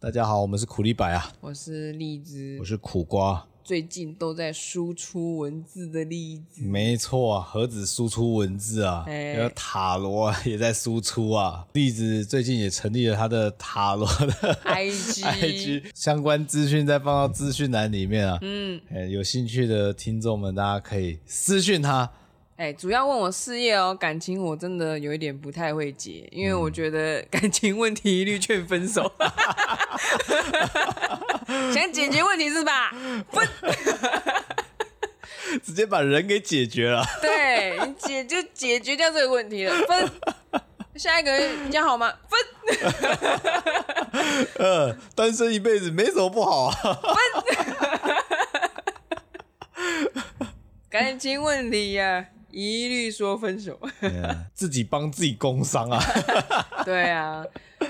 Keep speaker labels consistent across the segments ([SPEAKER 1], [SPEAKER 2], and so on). [SPEAKER 1] 大家好，我们是苦力白啊，
[SPEAKER 2] 我是荔枝
[SPEAKER 1] 我，是苦瓜，
[SPEAKER 2] 最近都在输出文字的荔 枝。
[SPEAKER 1] 没错啊，何止输出文字啊，
[SPEAKER 2] 哎
[SPEAKER 1] 然后塔罗啊也在输出啊。栗子最近也成立了他的塔罗的
[SPEAKER 2] IG
[SPEAKER 1] IG，相关资讯再放到资讯栏里面啊。嗯，有兴趣的听众们，大家可以私讯他。
[SPEAKER 2] 哎、主要问我事业哦，感情我真的有一点不太会解，因为我觉得 感情问题一律劝分手。想解决问题是吧？
[SPEAKER 1] 直接把人给解决了。
[SPEAKER 2] 对，你解就解决掉这个问题了。分，下一个人比较好吗？分，
[SPEAKER 1] 呃，单身一辈子没什么不好 啊。
[SPEAKER 2] 感情问题呀、一律说分手。
[SPEAKER 1] 哎自己帮自己工伤 啊。
[SPEAKER 2] 对啊，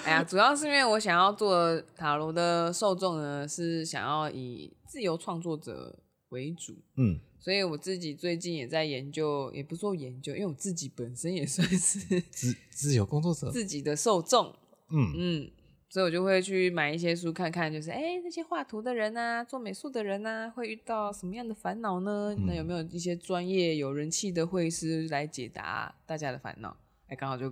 [SPEAKER 2] 哎呀，主要是因为我想要做塔罗的受众呢，是想要以自由创作者为主，
[SPEAKER 1] 嗯，
[SPEAKER 2] 所以我自己最近也在研究，也不说研究，因为我自己本身也算是
[SPEAKER 1] 自自由工作者。
[SPEAKER 2] 自己的受众，
[SPEAKER 1] 嗯，
[SPEAKER 2] 嗯，所以我就会去买一些书看看，就是哎，那些画图的人啊，做美术的人啊，会遇到什么样的烦恼呢？那有没有一些专业有人气的绘师来解答大家的烦恼？哎，刚好就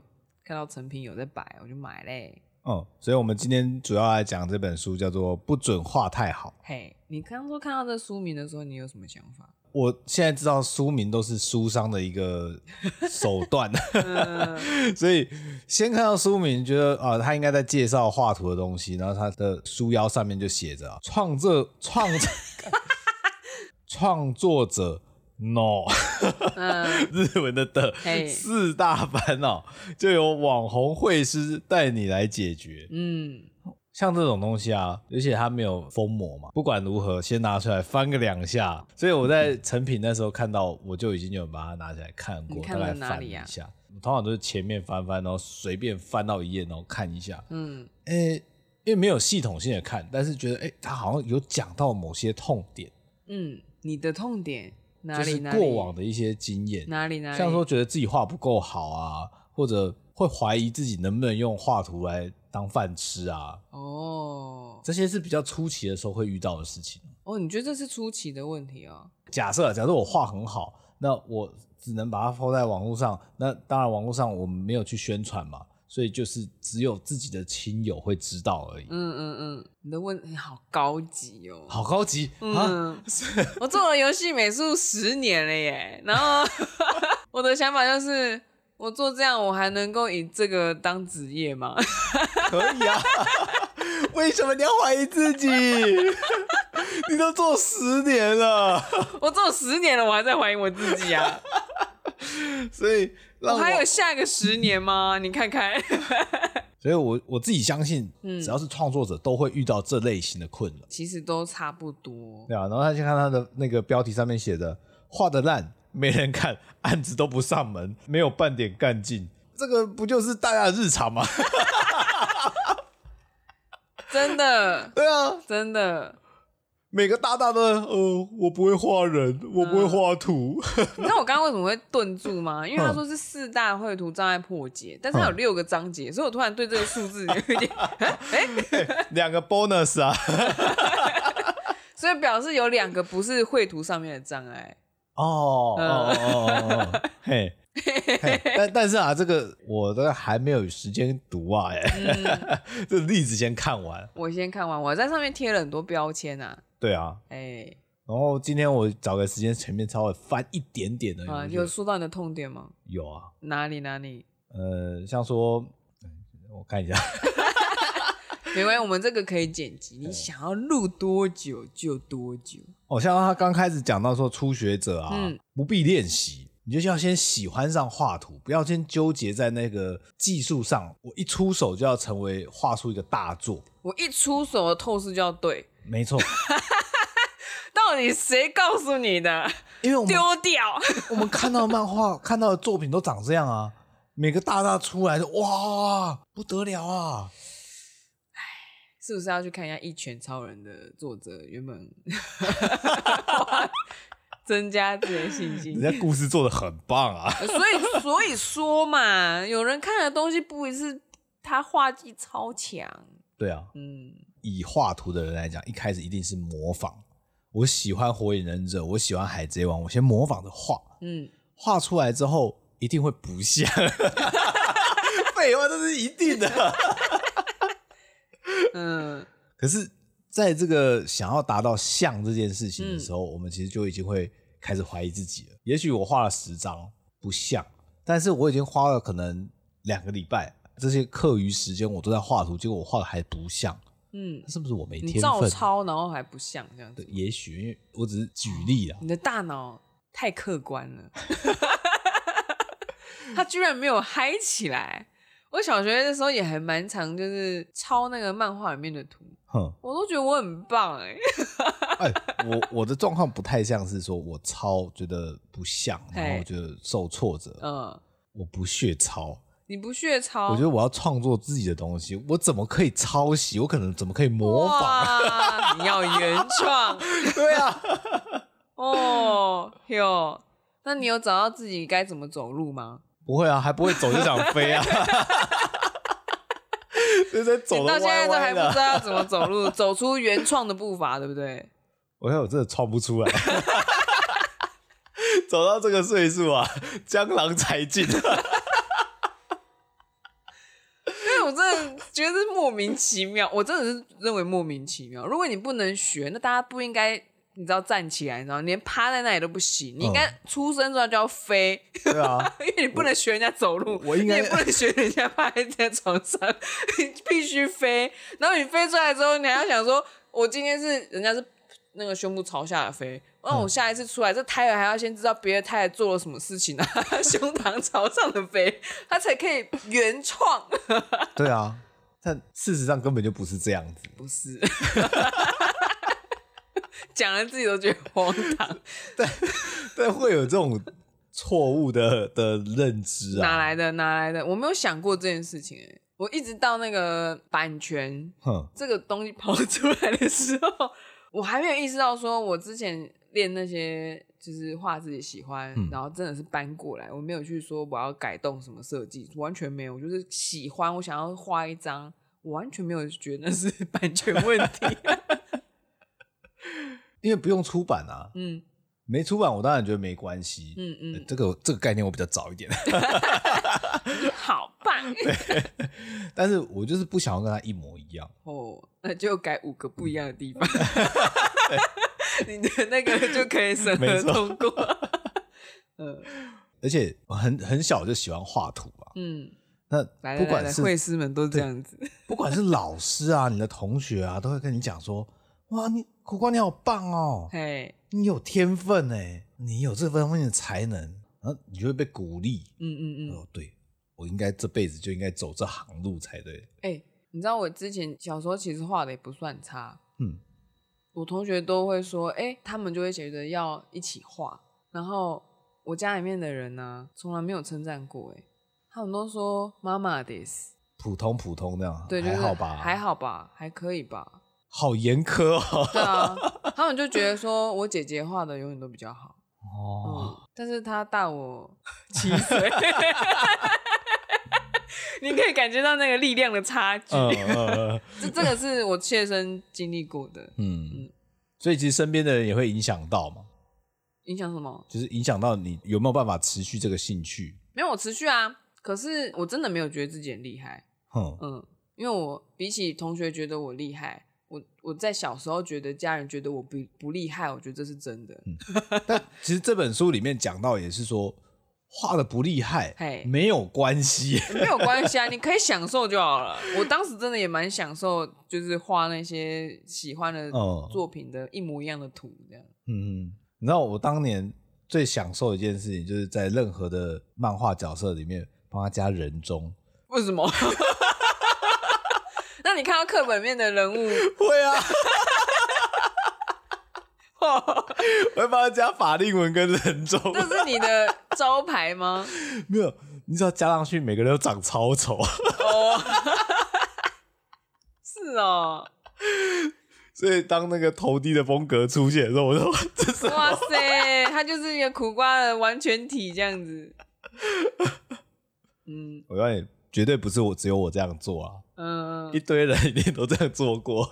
[SPEAKER 2] 看到成品有在摆，我就买嘞。
[SPEAKER 1] 哦，所以我们今天主要来讲这本书，叫做《不准画太好》。
[SPEAKER 2] 嘿，你刚说看到这书名的时候，你有什么想法？
[SPEAKER 1] 我现在知道书名都是书商的一个手段，
[SPEAKER 2] 嗯
[SPEAKER 1] 所以先看到书名，觉得啊，他应该在介绍画图的东西，然后他的书腰上面就写着、啊“创作创创作者 no”，
[SPEAKER 2] 嗯，
[SPEAKER 1] 日文的的
[SPEAKER 2] 嘿
[SPEAKER 1] 四大烦恼，就由网红会师带你来解决。
[SPEAKER 2] 嗯，
[SPEAKER 1] 像这种东西啊，而且它没有封膜嘛，不管如何，先拿出来翻个两下。所以我在成品那时候看到，我就已经有把它拿起来看过，
[SPEAKER 2] 嗯你看
[SPEAKER 1] 大
[SPEAKER 2] 了
[SPEAKER 1] 概
[SPEAKER 2] 哪
[SPEAKER 1] 翻
[SPEAKER 2] 里
[SPEAKER 1] 一
[SPEAKER 2] 啊
[SPEAKER 1] 下。我通常都是前面翻翻，然后随便翻到一页，然后看一下。
[SPEAKER 2] 嗯，
[SPEAKER 1] 诶、因为没有系统性的看，但是觉得诶、它好像有讲到某些痛点，
[SPEAKER 2] 嗯，你的痛点哪
[SPEAKER 1] 就
[SPEAKER 2] 里？
[SPEAKER 1] 是
[SPEAKER 2] 哪里
[SPEAKER 1] 过往的一些经验。
[SPEAKER 2] 哪里哪里？
[SPEAKER 1] 像说觉得自己画不够好啊，或者会怀疑自己能不能用画图来当饭吃啊，
[SPEAKER 2] 哦
[SPEAKER 1] 这些是比较初期的时候会遇到的事情。
[SPEAKER 2] 哦，你觉得这是初期的问题哦？
[SPEAKER 1] 假设假设我画很好，那我只能把它放在网络上，那当然网络上我们没有去宣传嘛，所以就是只有自己的亲友会知道而已。
[SPEAKER 2] 嗯嗯嗯，你的问题好高级哦。
[SPEAKER 1] 好高级啊！
[SPEAKER 2] 嗯，我做了游戏美术十年了耶，然后 我的想法就是，我做这样我还能够以这个当职业吗？
[SPEAKER 1] 可以啊， 为什么你要怀疑自己？ 你都做十年了，
[SPEAKER 2] 我做十年了，我还在怀疑我自己啊。
[SPEAKER 1] 所以让
[SPEAKER 2] 我还有下个十年 吗？你看看，
[SPEAKER 1] 所以我我自己相信，
[SPEAKER 2] 嗯
[SPEAKER 1] 只要是创作者都会遇到这类型的困扰，
[SPEAKER 2] 其实都差不多。
[SPEAKER 1] 对啊。然后他去看他的那个标题上面写的“画的烂，没人看，案子都不上门，没有半点干劲”，这个不就是大家的日常吗？
[SPEAKER 2] 真的，
[SPEAKER 1] 对啊，
[SPEAKER 2] 真的。
[SPEAKER 1] 每个大大的呃，我不会画人，我不会画图，
[SPEAKER 2] 你知道我刚刚为什么会顿住吗？因为他说是四大绘图障碍破解，但是它有六个章节，所以我突然对这个数字有一点， 哎、
[SPEAKER 1] 两个 bonus 啊。
[SPEAKER 2] 所以表示有两个不是绘图上面的障碍。
[SPEAKER 1] 哦哦哦哦哦，嘿。嘿但但是啊，这个我都还没有时间读啊，哎、 这例子先看完。
[SPEAKER 2] 我先看完，我在上面贴了很多标签啊，
[SPEAKER 1] 对啊，
[SPEAKER 2] 哎、
[SPEAKER 1] 然后今天我找个时间前面稍微翻一点点的，
[SPEAKER 2] 啊，
[SPEAKER 1] 有
[SPEAKER 2] 有说到你的痛点吗？
[SPEAKER 1] 有啊，
[SPEAKER 2] 哪里哪里？
[SPEAKER 1] 呃，像说，我看一下，
[SPEAKER 2] 没关系，我们这个可以剪辑，你想要录多久就多久。
[SPEAKER 1] 哦，像他刚开始讲到说初学者啊，
[SPEAKER 2] 嗯
[SPEAKER 1] 不必练习，你就是要先喜欢上画图，不要先纠结在那个技术上，我一出手就要成为画出一个大作，
[SPEAKER 2] 我一出手的透视就要对，
[SPEAKER 1] 没错，
[SPEAKER 2] 到底谁告诉你的？
[SPEAKER 1] 因为我们
[SPEAKER 2] 丢掉。
[SPEAKER 1] 我们看到的漫画、看到的作品都长这样啊，每个大大出来的哇不得了啊，
[SPEAKER 2] 是不是要去看一下《一拳超人》的作者原 本增加自己的信心
[SPEAKER 1] 人？家故事做的很棒啊。
[SPEAKER 2] 所以所以说嘛，有人看的东西不一定是他画技超强，
[SPEAKER 1] 对啊，
[SPEAKER 2] 嗯，
[SPEAKER 1] 以画图的人来讲，一开始一定是模仿。我喜欢火影忍者，我喜欢海贼王，我先模仿着画，
[SPEAKER 2] 嗯，
[SPEAKER 1] 画出来之后一定会不像。 废话，这是一定的。
[SPEAKER 2] 嗯，
[SPEAKER 1] 可是，在这个想要达到像这件事情的时候，我们其实就已经会开始怀疑自己了。也许我画了十张不像，但是我已经花了可能两个礼拜，这些课余时间我都在画图，结果我画的还不像，
[SPEAKER 2] 嗯，
[SPEAKER 1] 那是不是我没
[SPEAKER 2] 你
[SPEAKER 1] 天
[SPEAKER 2] 照
[SPEAKER 1] 分？啊
[SPEAKER 2] 抄然后还不像这样
[SPEAKER 1] 对
[SPEAKER 2] 子，
[SPEAKER 1] 也许，因为我只是举例啦。
[SPEAKER 2] 你的大脑太客观了， 他居然没有嗨起来。我小学的时候也还蛮常就是抄那个漫画里面的图，
[SPEAKER 1] 哼，
[SPEAKER 2] 我都觉得我很 棒
[SPEAKER 1] 哦
[SPEAKER 2] 哎、
[SPEAKER 1] 哎，我我的状况不太像是说我抄觉得不像，然后
[SPEAKER 2] 嘿
[SPEAKER 1] 觉得受挫折，
[SPEAKER 2] 嗯，哦
[SPEAKER 1] 我不屑抄。
[SPEAKER 2] 你不屑抄，
[SPEAKER 1] 我觉得我要创作自己的东西，我怎么可以抄袭？我可能怎么可以模仿啊？
[SPEAKER 2] 仿，你要原创
[SPEAKER 1] 对啊，
[SPEAKER 2] 哦哟。那你有找到自己该怎么走路吗？
[SPEAKER 1] 不会啊，还不会走就想飞啊， 就在走
[SPEAKER 2] 你
[SPEAKER 1] 的
[SPEAKER 2] 到现在
[SPEAKER 1] 歪
[SPEAKER 2] 都还
[SPEAKER 1] 歪
[SPEAKER 2] 不知
[SPEAKER 1] 的。
[SPEAKER 2] 道要怎么走路，走出原创的步伐，对不对？
[SPEAKER 1] 我看我真的创不出来， 走到这个岁数啊，江郎才尽。啊
[SPEAKER 2] 因为我真的觉得是莫名其妙，我真的是认为莫名其妙。如果你不能学，那大家不应该，你知道站起来，你知道，你连趴在那里都不行，你应
[SPEAKER 1] 嗯
[SPEAKER 2] 该出生之后就要飞，
[SPEAKER 1] 对啊，
[SPEAKER 2] 因为你不能学人家走路，
[SPEAKER 1] 我应该
[SPEAKER 2] 你也不能学人家趴在人家床上，你必须飞。然后你飞出来之后，你还要想说，我今天是人家是那个胸部朝下飞，那
[SPEAKER 1] 嗯
[SPEAKER 2] 我下一次出来，这胎儿还要先知道别的胎儿做了什么事情啊，胸膛朝上的飞，它才可以原创。
[SPEAKER 1] 对啊，但事实上根本就不是这样子。
[SPEAKER 2] 不是，讲了自己都觉得荒 唐，
[SPEAKER 1] 但会有这种错误的的认知
[SPEAKER 2] 哪
[SPEAKER 1] 啊，
[SPEAKER 2] 来的哪来的？我没有想过这件事情、欸，我一直到那个版权
[SPEAKER 1] 哼，
[SPEAKER 2] 这个东西跑出来的时候，我还没有意识到，说我之前练那些就是画自己喜欢，
[SPEAKER 1] 嗯
[SPEAKER 2] 然后真的是搬过来，我没有去说我要改动什么设计，完全没有，我就是喜欢，我想要画一张，我完全没有觉得那是版权问 题。
[SPEAKER 1] 因为不用出版啊，
[SPEAKER 2] 嗯
[SPEAKER 1] 没出版我当然觉得没关系。呃
[SPEAKER 2] 嗯嗯，
[SPEAKER 1] 这个这个概念我比较早一点，
[SPEAKER 2] 好棒
[SPEAKER 1] 但是我就是不想要跟他一模一样。
[SPEAKER 2] 哦，那就改五个不一样 的地方。你的那个就可以审
[SPEAKER 1] 没
[SPEAKER 2] 核
[SPEAKER 1] 错
[SPEAKER 2] 通过。 嗯
[SPEAKER 1] 而且我很很小就喜欢画图啊，
[SPEAKER 2] 嗯，
[SPEAKER 1] 那
[SPEAKER 2] 来
[SPEAKER 1] 不
[SPEAKER 2] 来来
[SPEAKER 1] 管
[SPEAKER 2] 来，
[SPEAKER 1] 是
[SPEAKER 2] 会师们都这样子。
[SPEAKER 1] 不管是老师啊，你的同学啊，都会跟你讲说，哇，你苦瓜你好棒哦，
[SPEAKER 2] 嘿，
[SPEAKER 1] 你有天分哎，你有这方面的才能，然后你就会被鼓励。
[SPEAKER 2] 嗯嗯嗯，
[SPEAKER 1] 哦，对我应该这辈子就应该走这行路才对。
[SPEAKER 2] 哎、你知道我之前小时候其实画的也不算差，
[SPEAKER 1] 嗯，
[SPEAKER 2] 我同学都会说，哎、他们就会觉得要一起画，然后我家里面的人呢、从来没有称赞过、哎，他们都说妈妈 this，
[SPEAKER 1] 普通普通那样，
[SPEAKER 2] 对，就
[SPEAKER 1] 哦
[SPEAKER 2] 是
[SPEAKER 1] 还好吧，
[SPEAKER 2] 还，好吧，还可以吧，
[SPEAKER 1] 好严苛 哦。
[SPEAKER 2] 对啊，他们就觉得说我姐姐画的永远都比较好，
[SPEAKER 1] 哦，
[SPEAKER 2] 嗯，但是他大我 七岁。你可以感觉到那个力量的差距，
[SPEAKER 1] 嗯嗯
[SPEAKER 2] 这这个是我切身经历过的。
[SPEAKER 1] 嗯嗯，所以其实身边的人也会影响到嘛，
[SPEAKER 2] 影响什么？
[SPEAKER 1] 就是影响到你有没有办法持续这个兴趣。
[SPEAKER 2] 没有，我持续啊。可是我真的没有觉得自己很厉害，
[SPEAKER 1] 哼，
[SPEAKER 2] 嗯，因为我比起同学觉得我厉害，我我在小时候觉得家人觉得我不不厉害，我觉得这是真的。
[SPEAKER 1] 其实这本书里面讲到也是说，画的不厉害
[SPEAKER 2] 嘿
[SPEAKER 1] 没有关 系，
[SPEAKER 2] 没有关系啊，你可以享受就好了。我当时真的也蛮享受，就是画那些喜欢的
[SPEAKER 1] 哦
[SPEAKER 2] 作品的一模一样的图，这样。
[SPEAKER 1] 嗯，你知道我当年最享受的一件事情，就是在任何的漫画角色里面帮他加人中。
[SPEAKER 2] 为什么？ 那你看到课本里面的人物，
[SPEAKER 1] 会啊， 我会帮他加法令纹跟人中。
[SPEAKER 2] 这是你的招牌吗？
[SPEAKER 1] 没有，你只要加上去，每个人都长超丑，
[SPEAKER 2] 哦，是哦，
[SPEAKER 1] 所以当那个投递的风格出现的时候， 我说这是
[SPEAKER 2] 哇塞，他就是一个苦瓜的完全体这样子。嗯，
[SPEAKER 1] 哎我告诉你，绝对不是我只有我这样做啊，
[SPEAKER 2] 嗯
[SPEAKER 1] 一堆人一定都这样做过。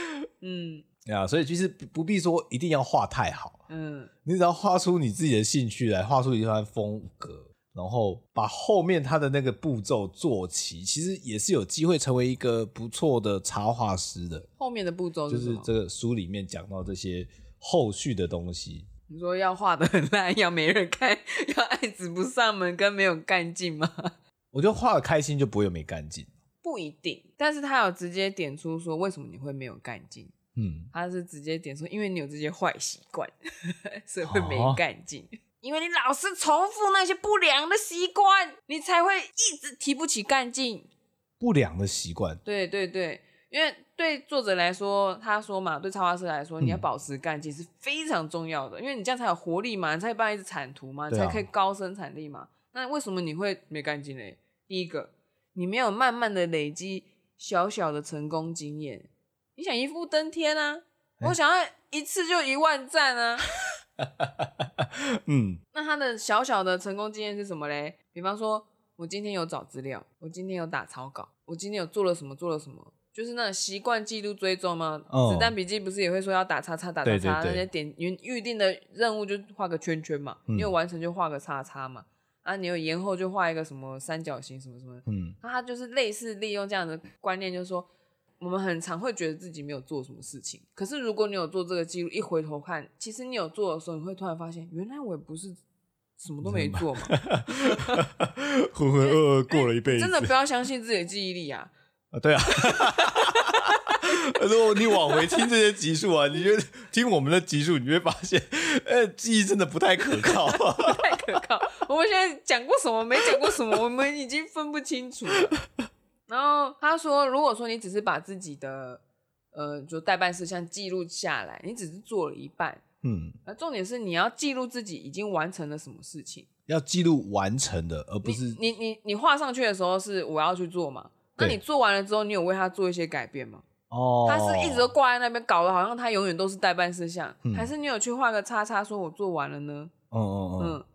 [SPEAKER 2] 嗯
[SPEAKER 1] 对啊，所以其实不不必说一定要画太好，
[SPEAKER 2] 嗯
[SPEAKER 1] 你只要画出你自己的兴趣来，画出一番风格，然后把后面他的那个步骤做齐，其实也是有机会成为一个不错的插画师的。
[SPEAKER 2] 后面的步骤
[SPEAKER 1] 就是
[SPEAKER 2] 哦什
[SPEAKER 1] 是
[SPEAKER 2] 么
[SPEAKER 1] 这个书里面讲到这些后续的东西，
[SPEAKER 2] 你说要画的很烂，要没人看，要爱子不上门，跟没有干劲吗？
[SPEAKER 1] 我觉得画的开心就不会有没干劲。
[SPEAKER 2] 不一定，但是他有直接点出说为什么你会没有干劲，
[SPEAKER 1] 嗯，
[SPEAKER 2] 他是直接点说因为你有这些坏习惯， 所以会没干劲。因为你老是重复那些不良的习惯，你才会一直提不起干劲。
[SPEAKER 1] 不良的习惯，
[SPEAKER 2] 对对对，因为对作者来说，他说嘛，对插画师来说，你要
[SPEAKER 1] 嗯
[SPEAKER 2] 保持干劲是非常重要的，因为你这样才有活力嘛，你才有办法一直产图嘛，你
[SPEAKER 1] 对啊
[SPEAKER 2] 才可以高生产力嘛。那为什么你会没干劲嘞？第一个，你没有慢慢的累积小小的成功经验，你想一步登天啊，
[SPEAKER 1] 哎
[SPEAKER 2] 我想要一次就一万赞啊，
[SPEAKER 1] 嗯，
[SPEAKER 2] 那他的小小的成功经验是什么嘞？比方说，我今天有找资料，我今天有打草稿，我今天有做了什么，做了什么，就是那种习惯记录追踪吗？
[SPEAKER 1] 哦
[SPEAKER 2] 子弹笔记不是也会说要打叉叉打叉
[SPEAKER 1] 对对
[SPEAKER 2] 叉
[SPEAKER 1] 对
[SPEAKER 2] 那些点原预定的任务就画个圈圈嘛，
[SPEAKER 1] 嗯
[SPEAKER 2] 你有完成就画个叉叉嘛，啊，你有延后就画一个什么三角形什么什么的，
[SPEAKER 1] 嗯，
[SPEAKER 2] 那他就是类似利用这样的观念，就是说，我们很常会觉得自己没有做什么事情，可是如果你有做这个记录，一回头看，其实你有做的时候，你会突然发现，原来我也不是什么都没做嘛。
[SPEAKER 1] 浑浑噩噩过了一辈
[SPEAKER 2] 哎真的不要相信自己的记忆力啊！
[SPEAKER 1] 啊，对啊。 如果你往回听这些集数啊，你就听我们的集数，你就会发现，呃，记忆真的不太可 靠、
[SPEAKER 2] 不太可靠。我们现在讲过什么，没讲过什么，我们已经分不清楚了。然后他说，如果说你只是把自己的呃，就代办事项记录下来，你只是做了一半，
[SPEAKER 1] 嗯，
[SPEAKER 2] 而重点是你要记录自己已经完成了什么事情。
[SPEAKER 1] 要记录完成的，而不是
[SPEAKER 2] 你你你画上去的时候是我要去做嘛？那
[SPEAKER 1] 对
[SPEAKER 2] 你做完了之后，你有为他做一些改变吗？
[SPEAKER 1] 哦，
[SPEAKER 2] 他是一直都挂在那边，搞得好像他永远都是代办事项，
[SPEAKER 1] 嗯
[SPEAKER 2] 还是你有去画个叉叉，说我做完了呢？
[SPEAKER 1] 嗯嗯嗯，
[SPEAKER 2] 嗯，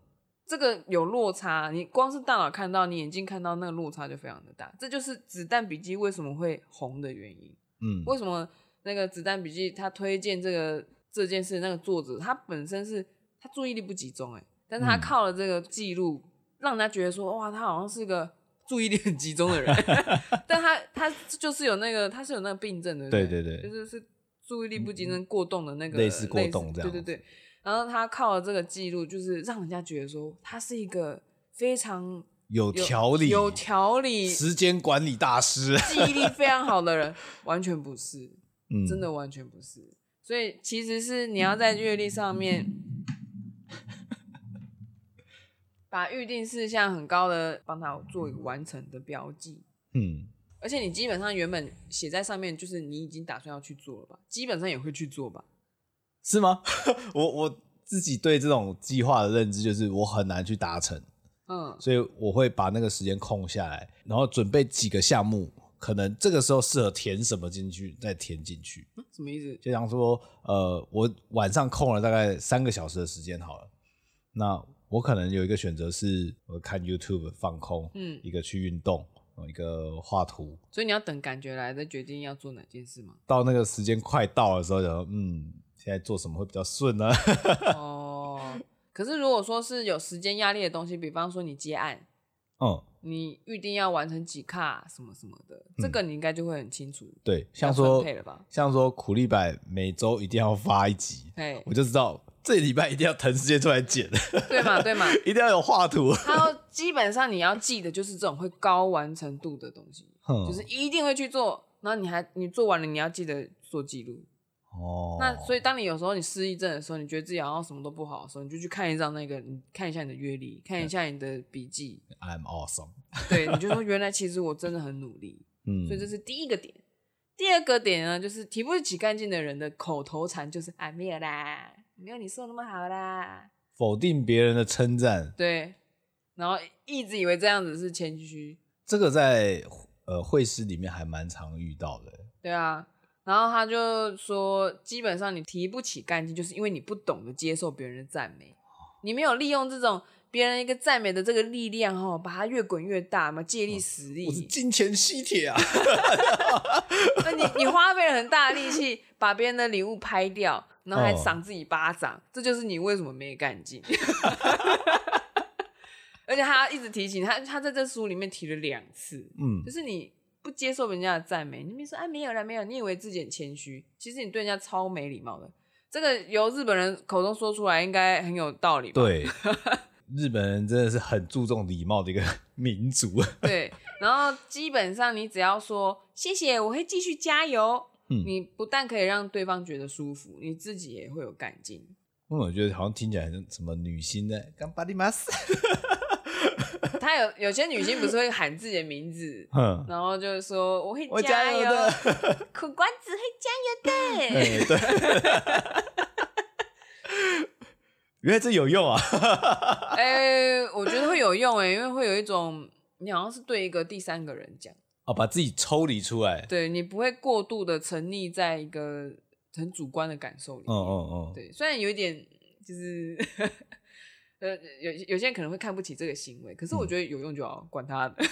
[SPEAKER 2] 这个有落差，你光是大脑看到，你眼睛看到那个落差就非常的大，这就是《子弹笔记》为什么会红的原因。
[SPEAKER 1] 嗯，
[SPEAKER 2] 为什么那个《子弹笔记》他推荐这个这件事，那个作者他本身是他注意力不集中、欸，但是他
[SPEAKER 1] 嗯
[SPEAKER 2] 靠了这个记录，让人家觉得说，哇，他好像是个注意力很集中的人， 但他他就是有那个他是有那个病症的，不
[SPEAKER 1] 对对对嗯
[SPEAKER 2] 就是是注意力不集中过动的那个
[SPEAKER 1] 类似过动这样
[SPEAKER 2] 对对对。然后他靠了这个记录，就是让人家觉得说他是一个非常
[SPEAKER 1] 有
[SPEAKER 2] 有
[SPEAKER 1] 条理，
[SPEAKER 2] 有条理、
[SPEAKER 1] 时间管理大师，
[SPEAKER 2] 记忆力非常好的人，完全不是。
[SPEAKER 1] 嗯，
[SPEAKER 2] 真的完全不是。所以其实是你要在阅历上面 把预定事项很高的帮他做一个完成的标记，
[SPEAKER 1] 嗯，
[SPEAKER 2] 而且你基本上原本写在上面就是你已经打算要去做了吧，基本上也会去做吧。
[SPEAKER 1] 是吗？ 我我自己对这种计划的认知就是我很难去达成，
[SPEAKER 2] 嗯
[SPEAKER 1] 所以我会把那个时间空下来，然后准备几个项目，可能这个时候适合填什么进去，再填进去。
[SPEAKER 2] 嗯什么意思？
[SPEAKER 1] 就想说，呃，我晚上空了大概三个小时的时间好了，那我可能有一个选择是，我看 YouTube 放空，
[SPEAKER 2] 嗯
[SPEAKER 1] 一个去运动，呃一个画图。
[SPEAKER 2] 所以你要等感觉来再决定要做哪件事吗？
[SPEAKER 1] 到那个时间快到的时候，想说，嗯，现在做什么会比较顺呢？
[SPEAKER 2] 哦，可是如果说是有时间压力的东西，比方说你接案，
[SPEAKER 1] 嗯，
[SPEAKER 2] 你预定要完成几卡什么什么的，这个你应该就会很清楚。
[SPEAKER 1] 对，像
[SPEAKER 2] 要
[SPEAKER 1] 说
[SPEAKER 2] 分配了吧
[SPEAKER 1] 像说苦力白每周一定要发一集，
[SPEAKER 2] 哎，
[SPEAKER 1] 我就知道这礼拜一定要腾时间出来剪，
[SPEAKER 2] 对嘛 对嘛，
[SPEAKER 1] 一定要有画图。
[SPEAKER 2] 它要基本上你要记的就是这种会高完成度的东西，
[SPEAKER 1] 哼
[SPEAKER 2] 就是一定会去做。然后你还你做完了，你要记得做记录。
[SPEAKER 1] 哦，
[SPEAKER 2] 那所
[SPEAKER 1] 以
[SPEAKER 2] 以当你有时候你失忆症的时候，你觉得自己好像什么都不好的时候，你就去看一张那个，你看一下你的阅历，看一下你的笔记，
[SPEAKER 1] I'm awesome，
[SPEAKER 2] 对，你就说原来其实我真的很努 力。
[SPEAKER 1] 嗯，
[SPEAKER 2] 所以这是第一个点。第二个点呢，就是提不起干劲的人的口头禅就是啊没有啦，没有你说的那么好啦，
[SPEAKER 1] 否定别人的称赞，
[SPEAKER 2] 对，然后一直以为这样子是谦虚，
[SPEAKER 1] 这个在呃会师里面还蛮常遇到的。
[SPEAKER 2] 对啊，然后他就说，基本上你提不起干劲，就是因为你不懂得接受别人的赞美，你没有利用这种别人一个赞美的这个力量哦，把它越滚越大嘛，借力使力。
[SPEAKER 1] 哦我是金钱吸铁啊！
[SPEAKER 2] 那你你花费了很大的力气把别人的礼物拍掉，然后还
[SPEAKER 1] 哦
[SPEAKER 2] 赏自己巴掌，这就是你为什么没干劲。 而且他一直提醒他，他在这书里面提了两次，
[SPEAKER 1] 嗯
[SPEAKER 2] 就，是你不接受人家的赞美，你没说啊没有啦没有，你以为自己很谦虚，其实你对人家超没礼貌的。这个由日本人口中说出来，应该很有道理吧？
[SPEAKER 1] 对，日本人真的是很注重礼貌的一个 民族。啊
[SPEAKER 2] 对，然后基本上你只要说谢谢，我会继续加油。
[SPEAKER 1] 嗯
[SPEAKER 2] 你不但可以让对方觉得舒服，你自己也会有干劲。
[SPEAKER 1] 因嗯为我觉得好像听起来像什么女星呢？干巴蒂马斯，，
[SPEAKER 2] 他有有些女性不是会喊自己的名字
[SPEAKER 1] 哼，
[SPEAKER 2] 然后就是说我会
[SPEAKER 1] 我
[SPEAKER 2] 加
[SPEAKER 1] 加油的。
[SPEAKER 2] 苦瓜子会加油的。
[SPEAKER 1] 哎，对， 原来这有用啊！
[SPEAKER 2] 哎、我觉得会有用哎、因为会有一种你好像是对一个第三个人讲，
[SPEAKER 1] 哦，把自己抽离出来。
[SPEAKER 2] 对你不会过度的沉溺在一个很主观的感受里
[SPEAKER 1] 嗯
[SPEAKER 2] 面。
[SPEAKER 1] 嗯嗯，
[SPEAKER 2] 对，虽然有一点就是呃，有有些人可能会看不起这个行为，可
[SPEAKER 1] 嗯
[SPEAKER 2] 是我觉得有用就好，管他的。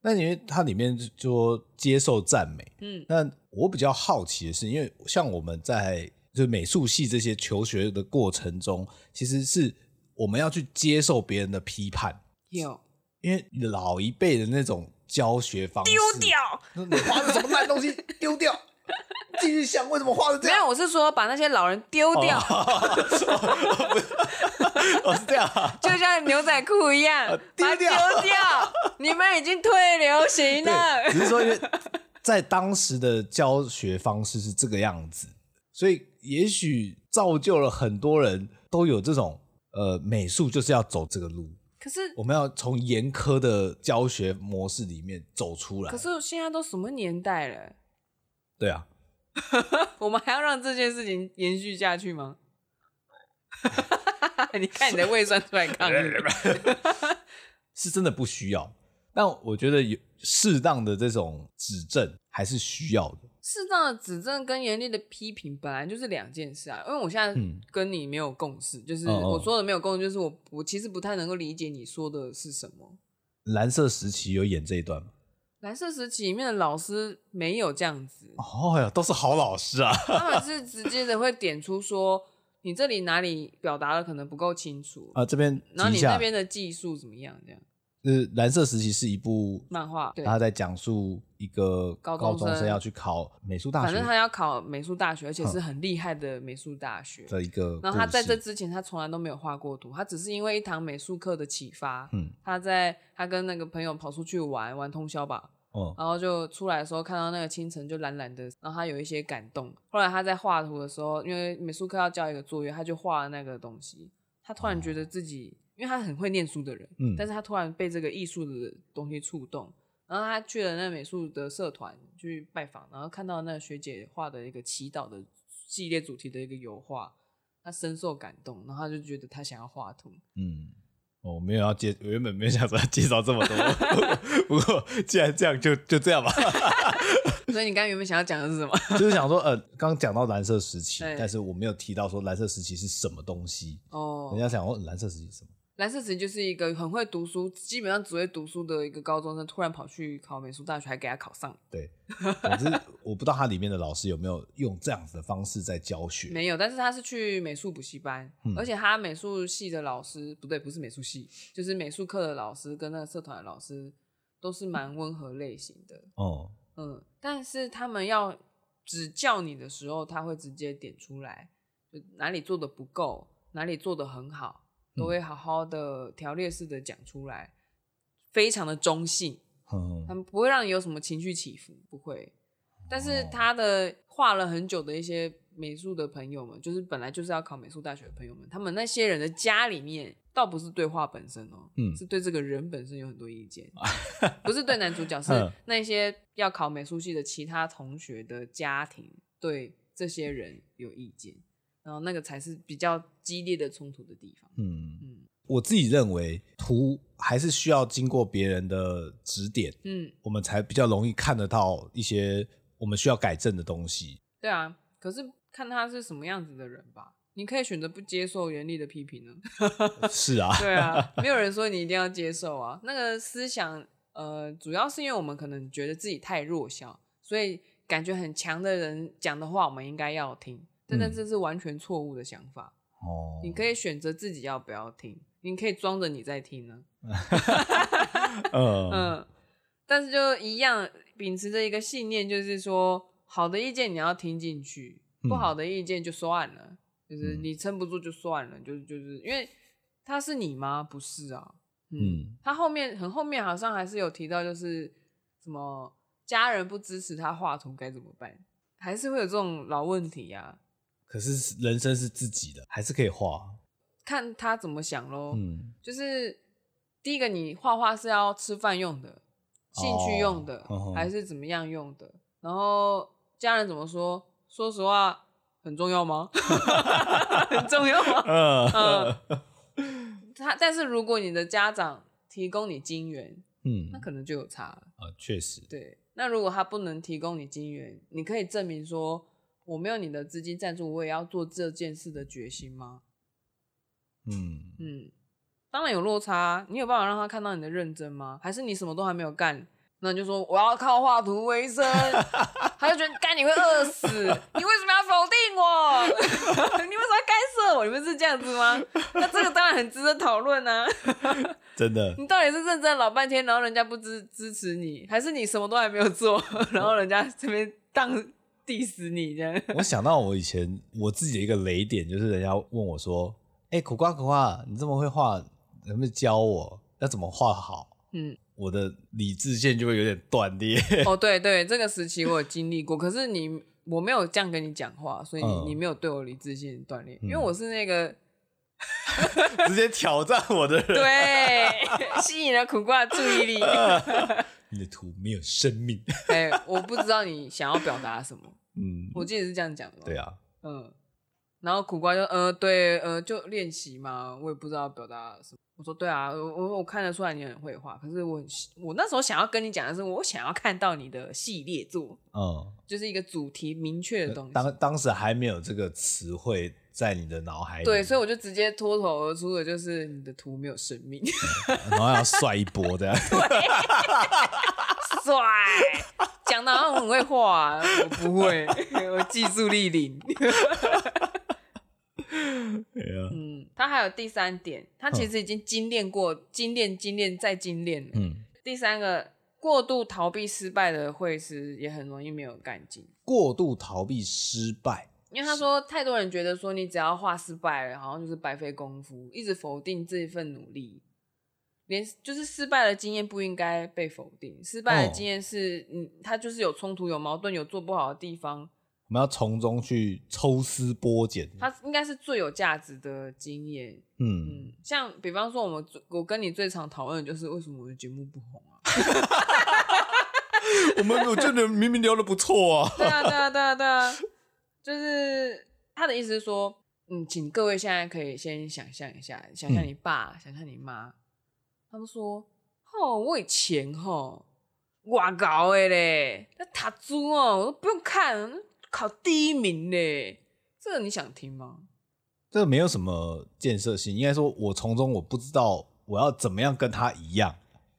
[SPEAKER 1] 那因为它里面就说接受赞美，
[SPEAKER 2] 嗯
[SPEAKER 1] 那我比较好奇的是，因为像我们在就美术系这些求学的过程中，其实是我们要去接受别人的批判，
[SPEAKER 2] 有
[SPEAKER 1] 因为老一辈的那种教学方式，丢
[SPEAKER 2] 掉
[SPEAKER 1] 掉，你画的什么烂东西，丢掉， 继续想为什么画的这
[SPEAKER 2] 没
[SPEAKER 1] 样
[SPEAKER 2] 有？我是说把那些老人丢掉，
[SPEAKER 1] 哦，是这样、啊，
[SPEAKER 2] 就像牛仔裤一样，把它
[SPEAKER 1] 丢掉
[SPEAKER 2] 丢掉。你们已经退流行了
[SPEAKER 1] 对，。只是说因为在当时的教学方式是这个样子，所以也许造就了很多人都有这种呃美术就是要走这个路。
[SPEAKER 2] 可是
[SPEAKER 1] 我们要从严苛的教学模式里面走出来。
[SPEAKER 2] 可是现在都什么年代了，
[SPEAKER 1] 对啊，
[SPEAKER 2] 我们还要让这件事情延续下去吗？ 你看你的胃酸出来抗议，
[SPEAKER 1] 是真的不需要。但我觉得有适当的这种指正还是需要的。
[SPEAKER 2] 适当的指正跟严厉的批评本来就是两件事啊。因为我现在
[SPEAKER 1] 嗯
[SPEAKER 2] 跟你没有共识，就是
[SPEAKER 1] 哦哦
[SPEAKER 2] 我说的没有共识，就是我我其实不太能够理解你说的是什么。
[SPEAKER 1] 蓝色时期有演这一段吗？
[SPEAKER 2] 蓝色时期里面的老师没有这 样子，
[SPEAKER 1] 哦呀，都是好老师啊。
[SPEAKER 2] 他们是直接的会点出说你这里哪里表达的可能不够清楚，
[SPEAKER 1] 啊，这边
[SPEAKER 2] 然后
[SPEAKER 1] 提一
[SPEAKER 2] 你那
[SPEAKER 1] 下，
[SPEAKER 2] 边的技术怎么样？这样
[SPEAKER 1] 呃，蓝色时期是一部，
[SPEAKER 2] 漫画对。
[SPEAKER 1] 他在讲述一个
[SPEAKER 2] 高
[SPEAKER 1] 高
[SPEAKER 2] 中
[SPEAKER 1] 中生
[SPEAKER 2] 生
[SPEAKER 1] 要去考美术大
[SPEAKER 2] 反
[SPEAKER 1] 学嗯
[SPEAKER 2] 正他要考美术大学，而且是很厉害的美术大学。
[SPEAKER 1] 的一个故事。嗯
[SPEAKER 2] 然后他在这之前，他从来都没有画过图，他只是因为一堂美术课的启发，
[SPEAKER 1] 嗯
[SPEAKER 2] 他在他跟那个朋友跑出去玩，玩通宵吧，
[SPEAKER 1] 嗯
[SPEAKER 2] 然后就出来的时候看到那个清晨就蓝蓝的，然后他有一些感动。后来他在画图的时候，因为美术课要交一个作业，他就画了那个东西。他突然觉得自己，因为他很会念书的人，
[SPEAKER 1] 嗯
[SPEAKER 2] 但是他突然被这个艺术的东西触动，然后他去了那个美术的社团去拜访，然后看到那个学姐画的一个祈祷的系列主题的一个油画，他深受感动，然后他就觉得他想要画图。
[SPEAKER 1] 嗯，哦我没有要介，我原本没有想说要介绍这么多，不过 既然这样就就这样吧。
[SPEAKER 2] 所以你刚刚原本想要讲的是什么？
[SPEAKER 1] 就是想说，呃，刚讲到蓝色时期
[SPEAKER 2] 对，
[SPEAKER 1] 但是我没有提到说蓝色时期是什么东西。
[SPEAKER 2] 哦，
[SPEAKER 1] 人家想嗯问蓝色时期是什么？
[SPEAKER 2] 蓝色时就是一个很会读书，基本上只会读书的一个高中生，突然跑去考美术大学，还给他考上，
[SPEAKER 1] 对，总之我不知道它里面的老师有没有用这样子的方式在教学。
[SPEAKER 2] 没有。但是他是去美术补习班，
[SPEAKER 1] 嗯
[SPEAKER 2] 而且他美术系的老师不对，不是美术系，就是美术课的老师跟那个社团的老师都是蛮温和类型的，
[SPEAKER 1] 哦，
[SPEAKER 2] 嗯。但是他们要指教你的时候，他会直接点出来，就哪里做的不够，哪里做的很好，都会好好的条列式的讲出来，非常的中性。他
[SPEAKER 1] 嗯，
[SPEAKER 2] 们不会让你有什么情绪起伏，不会。但是
[SPEAKER 1] 哦
[SPEAKER 2] 他的画了很久的一些美术的朋友们，就是本来就是要考美术大学的朋友们，他们那些人的家里面，倒不是对画本身哦，
[SPEAKER 1] 嗯啊
[SPEAKER 2] 是对这个人本身有很多意见，不是对男 主角，是
[SPEAKER 1] 嗯
[SPEAKER 2] 那些要考美术系的其他同学的家庭对这些人有意见，然后那个才是比较激烈的冲突的地方。
[SPEAKER 1] 嗯，
[SPEAKER 2] 嗯
[SPEAKER 1] 我自己认为图还是需要经过别人的指点，
[SPEAKER 2] 嗯，
[SPEAKER 1] 我们才比较容易看得到一 些我们需要改正的东西。
[SPEAKER 2] 对啊，可是看他是什么样子的人吧。你可以选择不接受严厉的批评呢。
[SPEAKER 1] 是啊，
[SPEAKER 2] 对啊，没有人说你一定要接受啊。那个思想，呃，主要是因为我们可能觉得自己太弱小，所以感觉很强的人讲的话，我们应该要听。但那
[SPEAKER 1] 嗯
[SPEAKER 2] 这是完全错误的想法。
[SPEAKER 1] 哦，
[SPEAKER 2] 你可以选择自己要不要听，你可以装着你在听呢、
[SPEAKER 1] 嗯
[SPEAKER 2] 嗯，但是就一样，秉持着一个信念，就是说，好的意见你要听进去，
[SPEAKER 1] 嗯
[SPEAKER 2] 不好的意见就算了，就是
[SPEAKER 1] 嗯
[SPEAKER 2] 你撑不住就算了，就是就是因为他是你吗？不是啊，嗯，
[SPEAKER 1] 嗯
[SPEAKER 2] 他后面很后面好像还是有提到，就是什么家人不支持他画图该怎么办，还是会有这种老问题呀、啊，
[SPEAKER 1] 可是人生是自己的，还是可以画。
[SPEAKER 2] 看他怎么想喽，
[SPEAKER 1] 嗯，
[SPEAKER 2] 就是第一个，你画画是要吃饭用的、兴趣用的，
[SPEAKER 1] 嗯哼
[SPEAKER 2] 还是怎么样用的？然后家人怎么说？说实话，很重要吗？ 很重要吗？
[SPEAKER 1] 呃，
[SPEAKER 2] 他但是如果你的家长提供你金元，
[SPEAKER 1] 嗯
[SPEAKER 2] 那可能就有差了。
[SPEAKER 1] 啊，确实，
[SPEAKER 2] 对，那如果他不能提供你金元，你可以证明说我没有你的资金赞助，我也要做这件事的决心吗？
[SPEAKER 1] 嗯
[SPEAKER 2] 嗯，当然有落差，你有办法让他看到你的认真吗？还是你什么都还没有干，那你就说我要靠画图为生，他就觉得干你会饿死，你为什么要否定我？ 你为什么要干涉我？你们是这样子吗？那这个当然很值得讨论啊！
[SPEAKER 1] 真的，
[SPEAKER 2] 你到底是认真老半天，然后人家不支支持你，还是你什么都还没有做，然后人家这边当 diss 你这样？
[SPEAKER 1] 我想到我以前我自己的一个雷点，就是人家问我说：“哎、苦瓜苦瓜，你这么会画，能不能教我要怎么画好？”
[SPEAKER 2] 嗯，
[SPEAKER 1] 我的理智线就会有点断裂。
[SPEAKER 2] 哦，对对，这个时期我有经历过，可是你我没有这样跟你讲话，所以你、
[SPEAKER 1] 嗯
[SPEAKER 2] 你没有对我理智性锻炼，
[SPEAKER 1] 嗯
[SPEAKER 2] 因为我是 那个
[SPEAKER 1] 直接挑战我的人，
[SPEAKER 2] 对吸引了苦瓜的注意力。
[SPEAKER 1] 嗯你的图没有生命。
[SPEAKER 2] 哎、我不知道你想要表达什么，
[SPEAKER 1] 嗯，
[SPEAKER 2] 我记得是这样讲的。
[SPEAKER 1] 对，啊，
[SPEAKER 2] 嗯，然后苦瓜就呃对呃就练习嘛，我也不知道表达什么。我说对啊，我我我看得出来你很会画，可是我很我那时候想要跟你讲的是，我想要看到你的系列作，
[SPEAKER 1] 嗯，
[SPEAKER 2] 就是一个主题明确的东西。
[SPEAKER 1] 当当时还没有这个词汇在你的脑海里，
[SPEAKER 2] 对，所以我就直接脱口而出的就是你的图没有生命，
[SPEAKER 1] 然后要帅一波这样。
[SPEAKER 2] 帅，讲的好像很会画、啊，我不会，我技术力零。
[SPEAKER 1] 对啊
[SPEAKER 2] 嗯，他还有第三点，他其实已经精炼过，精炼、精炼再精炼了。
[SPEAKER 1] 嗯，
[SPEAKER 2] 第三个，过度逃避失败的会师也很容易没有干劲，
[SPEAKER 1] 过度逃避失败，
[SPEAKER 2] 因为他说太多人觉得说你只要画失败了，好像就是白费功夫，一直否定这份努力，连就是失败的经验不应该被否定，失败的
[SPEAKER 1] 哦
[SPEAKER 2] 经验是你、他就是有冲突、有矛盾、有做不好的地方，
[SPEAKER 1] 我们要从中去抽丝剥茧。
[SPEAKER 2] 它应该是最有价值的经验。
[SPEAKER 1] 嗯，
[SPEAKER 2] 嗯，像比方说我们最我跟你最常讨论的就是为什么我的节目不红啊？
[SPEAKER 1] 我们我觉得明明聊的不错啊。
[SPEAKER 2] 对啊，对啊，对啊，对啊，就是他的意思是说，嗯，请各位现在可以先想象一下，想象你爸，想象你妈，他们说，哦，我以前吼，哇搞的嘞，那塔猪哦，我都不用看，考第一名嘞，这个你想听吗？
[SPEAKER 1] 这没有什么建设性，应该说，我从中我不知道我要怎么样跟他一样。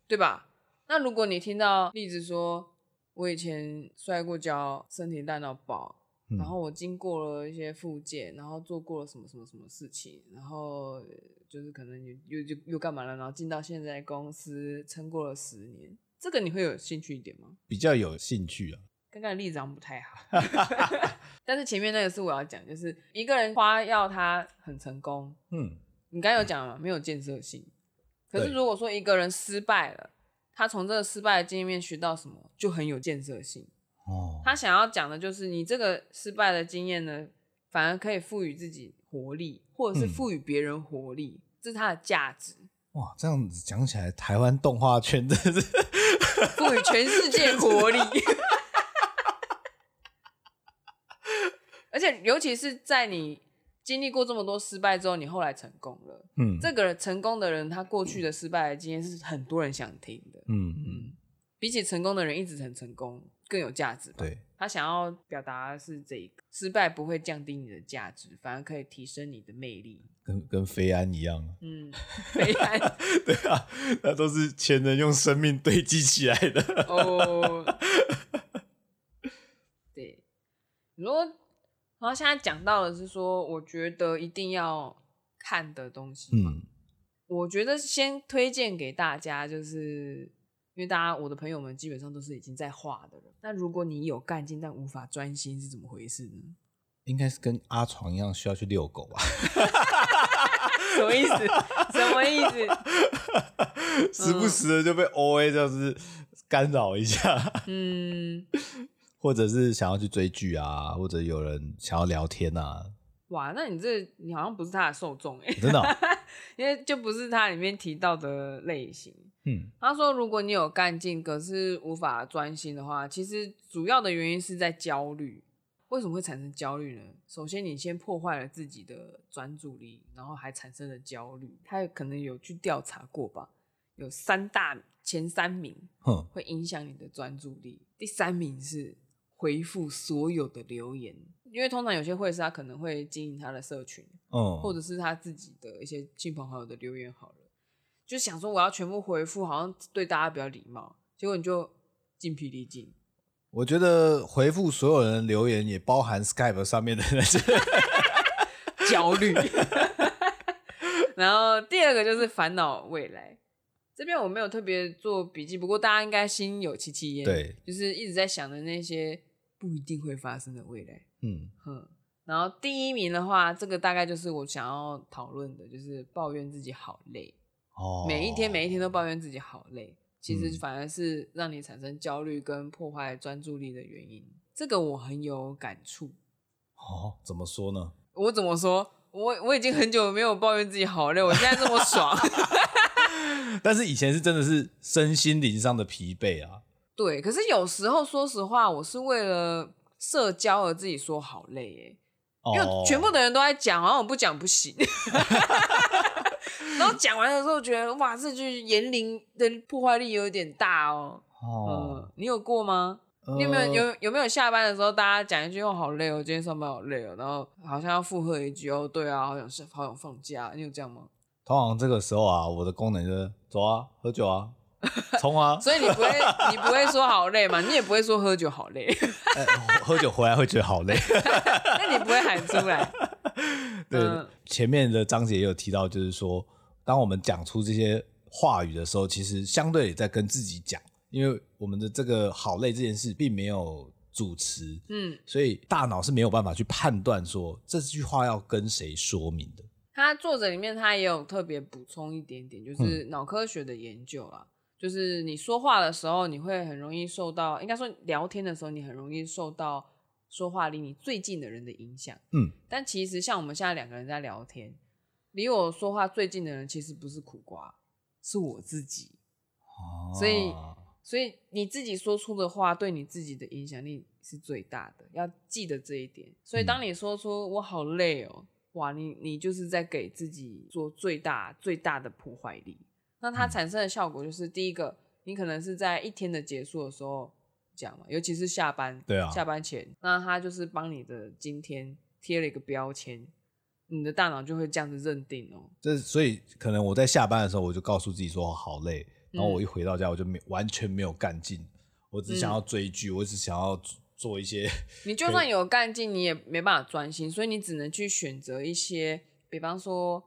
[SPEAKER 2] 对吧？那如果你听到例子说，我以前摔过跤，身体烂到爆，
[SPEAKER 1] 嗯
[SPEAKER 2] 然后我经过了一些复健，然后做过了什么什么什么事情，然后呃就是可能又又又又干嘛了，然后进到现在公司撑过了十年，这个你会有兴趣一点吗？
[SPEAKER 1] 比较有兴趣啊。
[SPEAKER 2] 刚刚的例子好像不太好， 但是前面那个是我要讲，就是一个人花要他很成功，
[SPEAKER 1] 嗯，
[SPEAKER 2] 你刚才有讲了嘛，没有建设性。可是
[SPEAKER 1] 对
[SPEAKER 2] 如果说一个人失败了，他从这个失败的经验里面学到什么，就很有建设性。
[SPEAKER 1] 哦，
[SPEAKER 2] 他想要讲的就是，你这个失败的经验呢，反而可以赋予自己活力，或者是
[SPEAKER 1] 嗯
[SPEAKER 2] 赋予别人活力，这是它的价值，
[SPEAKER 1] 哇，这样子讲起来，台湾动画圈真是
[SPEAKER 2] 赋予全世 界活力。而且，尤其是在你经历过这么多失败之后，你后来成功了，
[SPEAKER 1] 嗯
[SPEAKER 2] 这个成功的人，他过去的失败的经验是很多人想听的。
[SPEAKER 1] 嗯嗯
[SPEAKER 2] 嗯，比起成功的人一直很成功，更有价值吧。
[SPEAKER 1] 对，
[SPEAKER 2] 他想要表达的是这一个，失败不会降低你的价值，反而可以提升你的魅力。
[SPEAKER 1] 跟跟飞安一样，啊
[SPEAKER 2] 嗯，悲哀
[SPEAKER 1] 对啊，那都是前人用生命堆积起来的。
[SPEAKER 2] 哦。对，你说，然后现在讲到的是说，我觉得一定要看的东西。
[SPEAKER 1] 嗯，
[SPEAKER 2] 我觉得先推荐给大家，就是因为大家我的朋友们基本上都是已经在画的人。那如果你有干劲但无法专心，是怎么回事呢？
[SPEAKER 1] 应该是跟阿床一样需要去遛狗 吧？
[SPEAKER 2] 什么意思？什么意思？
[SPEAKER 1] 时不时的就被 O A 这样子干扰一下，
[SPEAKER 2] 嗯，
[SPEAKER 1] 或者是想要去追剧啊，或者有人想要聊天啊，
[SPEAKER 2] 哇，那你这你好像不是他的受众哎、
[SPEAKER 1] 真 的哦、
[SPEAKER 2] 因为就不是他里面提到的类型。
[SPEAKER 1] 嗯，
[SPEAKER 2] 他说，如果你有干劲，可是无法专心的话，其实主要的原因是在焦虑。为什么会产生焦虑呢？首先，你先破坏了自己的专注力，然后还产生了焦虑。他可能有去调查过吧，有三大前三名
[SPEAKER 1] 哼，
[SPEAKER 2] 会影响你的专注力。第三名是回复所有的留言，因为通常有些会是他可能会经营他的社群，
[SPEAKER 1] 嗯，
[SPEAKER 2] 或者是他自己的一些亲朋好友的留言好了，就想说我要全部回复，好像对大家比较礼貌，结果你就精疲力尽。
[SPEAKER 1] 我觉得回复所有人的留言，也包含 Skype 上面的那些。
[SPEAKER 2] 焦虑。 然后第二个就是烦恼未来，这边我没有特别做笔记，不过大家应该心有戚戚焉，
[SPEAKER 1] 对，
[SPEAKER 2] 就是一直在想的那些不一定会发生的未来。
[SPEAKER 1] 嗯
[SPEAKER 2] 哼，然后第一名的话，这个大概就是我想要讨论的，就是抱怨自己好累，
[SPEAKER 1] 哦，
[SPEAKER 2] 每一天每一天都抱怨自己好累，其
[SPEAKER 1] 嗯
[SPEAKER 2] 实反而是让你产生焦虑跟破坏专注力的原因。这个我很有感触，
[SPEAKER 1] 哦，怎么说呢？
[SPEAKER 2] 我怎么说？我我已经很久没有抱怨自己好累，我现在这么爽。
[SPEAKER 1] 但是以前是真的是身心灵上的疲惫啊，
[SPEAKER 2] 对，可是有时候说实话，我是为了社交而自己说好累耶，
[SPEAKER 1] 哦
[SPEAKER 2] 因为全部的人都在讲，然后我不讲不行。 然后讲完的时候，觉得哇，这句言灵的破坏力有点大哦。
[SPEAKER 1] 哦呃
[SPEAKER 2] 嗯，，你有过吗？呃你有没有有有没有下班的时候，大家讲一句“哦，好累哦，今天上班好累哦”，然后好像要附和一句“哦，对啊，好想是好想放假”，你有这样吗？
[SPEAKER 1] 通常这个时候啊，我的功能就是走啊，喝酒 啊，冲啊，
[SPEAKER 2] 所以你不会，你不会说好累嘛？你也不会说喝酒好累，
[SPEAKER 1] 哎喝酒回来会觉得好累。
[SPEAKER 2] 那你不会喊出来。
[SPEAKER 1] 对，
[SPEAKER 2] 嗯
[SPEAKER 1] 前面的章节也有提到，就是说，当我们讲出这些话语的时候，其实相对也在跟自己讲，因为我们的这个好累这件事并没有主持，
[SPEAKER 2] 嗯，
[SPEAKER 1] 所以大脑是没有办法去判断说这句话要跟谁说明的。
[SPEAKER 2] 他作者里面他也有特别补充一点点，就是脑科学的研究啊，就是你说话的时候，你会很容易受到，应该说聊天的时候，你很容易受到说话离你最近的人的影响。
[SPEAKER 1] 嗯，
[SPEAKER 2] 但其实像我们现在两个人在聊天，离我说话最近的人其实不是苦瓜，是我自己。所以
[SPEAKER 1] 哦
[SPEAKER 2] 所以你自己说出的话对你自己的影响力是最大的，要记得这一点。所以
[SPEAKER 1] 嗯
[SPEAKER 2] 当你说出“我好累哦”，哇，你你就是在给自己做最大最大的破坏力。那
[SPEAKER 1] 嗯
[SPEAKER 2] 它产生的效果就是，第一个，你可能是在一天的结束的时候讲嘛，尤其是下班，
[SPEAKER 1] 对啊
[SPEAKER 2] 下班前，那它就是帮你的今天贴了一个标签，你的大脑就会这样子认定哦。
[SPEAKER 1] 这所以可能我在下班的时候，我就告诉自己说好累，然
[SPEAKER 2] 嗯
[SPEAKER 1] 后我一回到家，我就没完全没有干劲，我只想要追剧，我只想要做一些
[SPEAKER 2] 你就算有干劲，你也没办法专心，所以你只能去选择一些，比方说，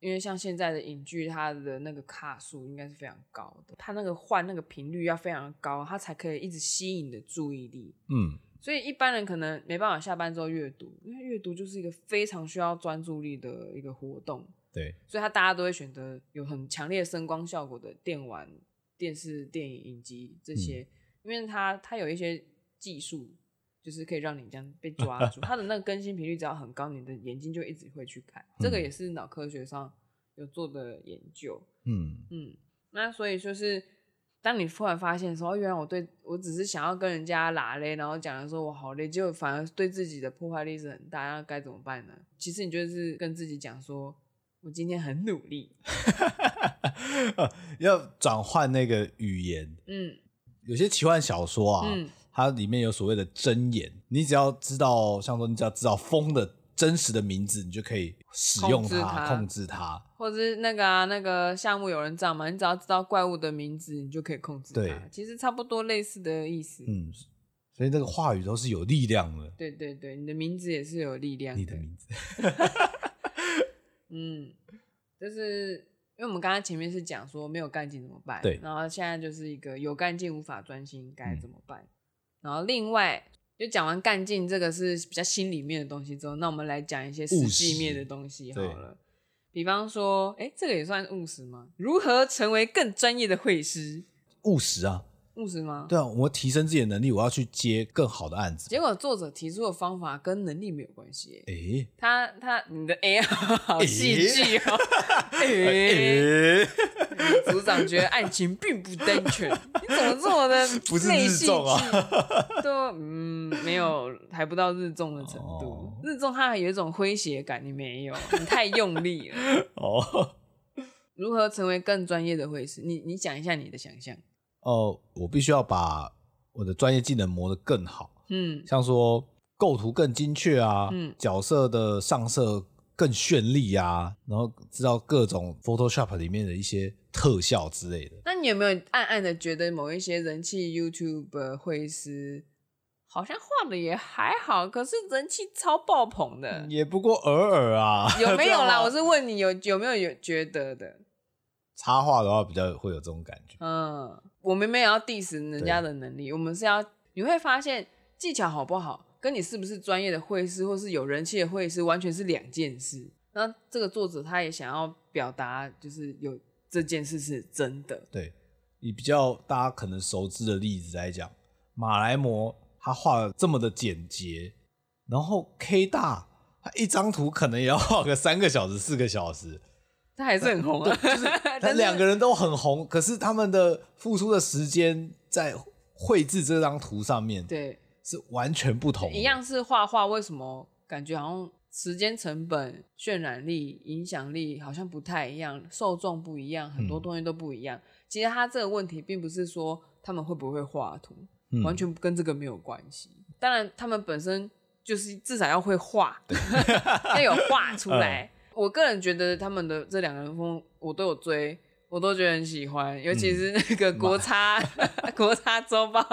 [SPEAKER 2] 因为像现在的影剧，它的那个卡数应该是非常高的，它那个换那个频率要非常高，它才可以一直吸引你的注意力。
[SPEAKER 1] 嗯
[SPEAKER 2] 所以一般人可能没办法下班之后阅读，因为阅读就是一个非常需要专注力的一个活动，
[SPEAKER 1] 对
[SPEAKER 2] 所以他大家都会选择有很强烈声光效果的电玩、电视、电影、影集这些，因为它它有一些技术，就是可以让你这样被抓住。它的那个更新频率只要很高，你的眼睛就一直会去看。这个
[SPEAKER 1] 嗯
[SPEAKER 2] 也是脑科学上有做的研究。
[SPEAKER 1] 嗯
[SPEAKER 2] 嗯，那所以就是，当你突然发现说，哦，原来我对我只是想要跟人家拉嘞，然后讲的说我好累，结果反而对自己的破坏力是很大，那该怎么办呢？其实你就是跟自己讲说，我今天很努力，
[SPEAKER 1] 要转换那个语言。
[SPEAKER 2] 嗯
[SPEAKER 1] 嗯有些奇幻小说啊，
[SPEAKER 2] 嗯
[SPEAKER 1] 它里面有所谓的真言，你只要知道，像说你只要知道风的真实的名字，你就可以使用
[SPEAKER 2] 控制它
[SPEAKER 1] 它，控制它。
[SPEAKER 2] 或者是那个啊，那个项目有人账嘛，你只要知道怪物的名字，你就可以控制它
[SPEAKER 1] 对。
[SPEAKER 2] 其实差不多类似的意思。
[SPEAKER 1] 嗯，所以这个话语都是有力量的。
[SPEAKER 2] 对对对，你的名字也是有力量
[SPEAKER 1] 你的名字，
[SPEAKER 2] 嗯，就是因为我们刚刚前面是讲说没有干劲怎么办，
[SPEAKER 1] 对嗯
[SPEAKER 2] 然后现在就是一个有干劲无法专心该怎么办，然后另外就讲完干劲这个是比较心里面的东西之后，那我们来讲一些实
[SPEAKER 1] 务
[SPEAKER 2] 际
[SPEAKER 1] 实
[SPEAKER 2] 面的东西好
[SPEAKER 1] 对
[SPEAKER 2] 了。比方说，哎，这个也算务实吗？如何成为更专业的会师？
[SPEAKER 1] 务实啊，
[SPEAKER 2] 务实吗？
[SPEAKER 1] 对啊，我提升自己的能力，我要去接更好的案子。
[SPEAKER 2] 结果作者提出的方法跟能力没有关系耶，
[SPEAKER 1] 诶
[SPEAKER 2] 他他你的 A 好
[SPEAKER 1] 诶
[SPEAKER 2] 戏剧哦， 诶
[SPEAKER 1] 诶，
[SPEAKER 2] 组长觉得爱情并不单 纯，你怎么这么的
[SPEAKER 1] 不是
[SPEAKER 2] 内
[SPEAKER 1] 日
[SPEAKER 2] 戏
[SPEAKER 1] 中啊
[SPEAKER 2] 剧都嗯没有，还不到日中的程度。
[SPEAKER 1] 哦
[SPEAKER 2] 日中它还有一种诙谐感，你 没有，你太用力了。
[SPEAKER 1] 哦
[SPEAKER 2] 如何成为更专业的会师？你你讲一下你的想象。
[SPEAKER 1] 哦，我必须要把我的专业技能磨得更好，
[SPEAKER 2] 嗯
[SPEAKER 1] 像说构图更精确啊，
[SPEAKER 2] 嗯
[SPEAKER 1] 角色的上色更绚丽啊，然后知道各种 Photoshop 里面的一些特效之类的。
[SPEAKER 2] 那你有没有暗暗的觉得某一些人气 YouTube 会师好像画的也还好，可是人气超爆棚的？
[SPEAKER 1] 也不过偶尔啊，
[SPEAKER 2] 呃有没
[SPEAKER 1] 嗯
[SPEAKER 2] 有
[SPEAKER 1] 这样
[SPEAKER 2] 啦？
[SPEAKER 1] 吗
[SPEAKER 2] 我是问你有有没有有觉得的？
[SPEAKER 1] 插画的话比较会有这种感觉。
[SPEAKER 2] 嗯，我们没有要 diss 人家的能力，我们是要你会发现技巧好不好，跟你是不是专业的会师或是有人气的会师完全是两件事。那这个作者他也想要表达，就是有这件事是真的，
[SPEAKER 1] 对，以比较大家可能熟知的例子来讲，马来模他画的这么的简洁，然后 K 大他一张图可能也要画个三个小时、四个小时，
[SPEAKER 2] 他还是很红啊。
[SPEAKER 1] 但
[SPEAKER 2] 但
[SPEAKER 1] 两个
[SPEAKER 2] 是
[SPEAKER 1] 人都很红，可是他们的付出的时间在绘制这张图上面
[SPEAKER 2] 对
[SPEAKER 1] 是完全不同的，
[SPEAKER 2] 一样是画画，为什么感觉好像时间成本、渲染力、影响力好像不太一样，受众不一样，很多
[SPEAKER 1] 嗯
[SPEAKER 2] 东西都不一样。其实他这个问题并不是说他们会不会画图，
[SPEAKER 1] 嗯
[SPEAKER 2] 完全跟这个没有关系。当然，他们本身就是至少要会画，要有 画
[SPEAKER 1] 嗯
[SPEAKER 2] 出来。我个人觉得他们的这两个人风，我都有追，我都觉得很喜欢，尤其是
[SPEAKER 1] 嗯
[SPEAKER 2] 那个国差、国差周报，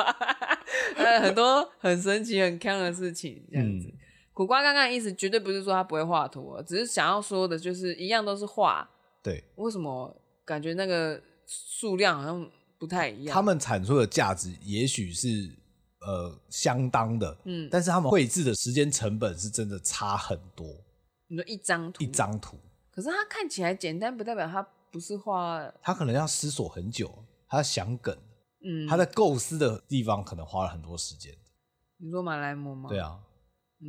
[SPEAKER 2] 呃，很多很神奇、很坑的事情这样子。
[SPEAKER 1] 嗯
[SPEAKER 2] 苦瓜刚刚的意思绝对不是说他不会画图哦，只是想要说的就是一样都是画，
[SPEAKER 1] 对。
[SPEAKER 2] 为什么感觉那个数量好像不太一样？
[SPEAKER 1] 他们产出的价值也许是呃相当的，
[SPEAKER 2] 嗯
[SPEAKER 1] 但是他们绘制的时间成本是真的差很多，
[SPEAKER 2] 你说一张图
[SPEAKER 1] 一张图
[SPEAKER 2] 可是它看起来简单，不代表它不是画，
[SPEAKER 1] 他可能要思索很久，他要想梗，
[SPEAKER 2] 嗯，
[SPEAKER 1] 他在构思的地方可能花了很多时间。
[SPEAKER 2] 你说马来模吗？
[SPEAKER 1] 对，啊，
[SPEAKER 2] 嗯，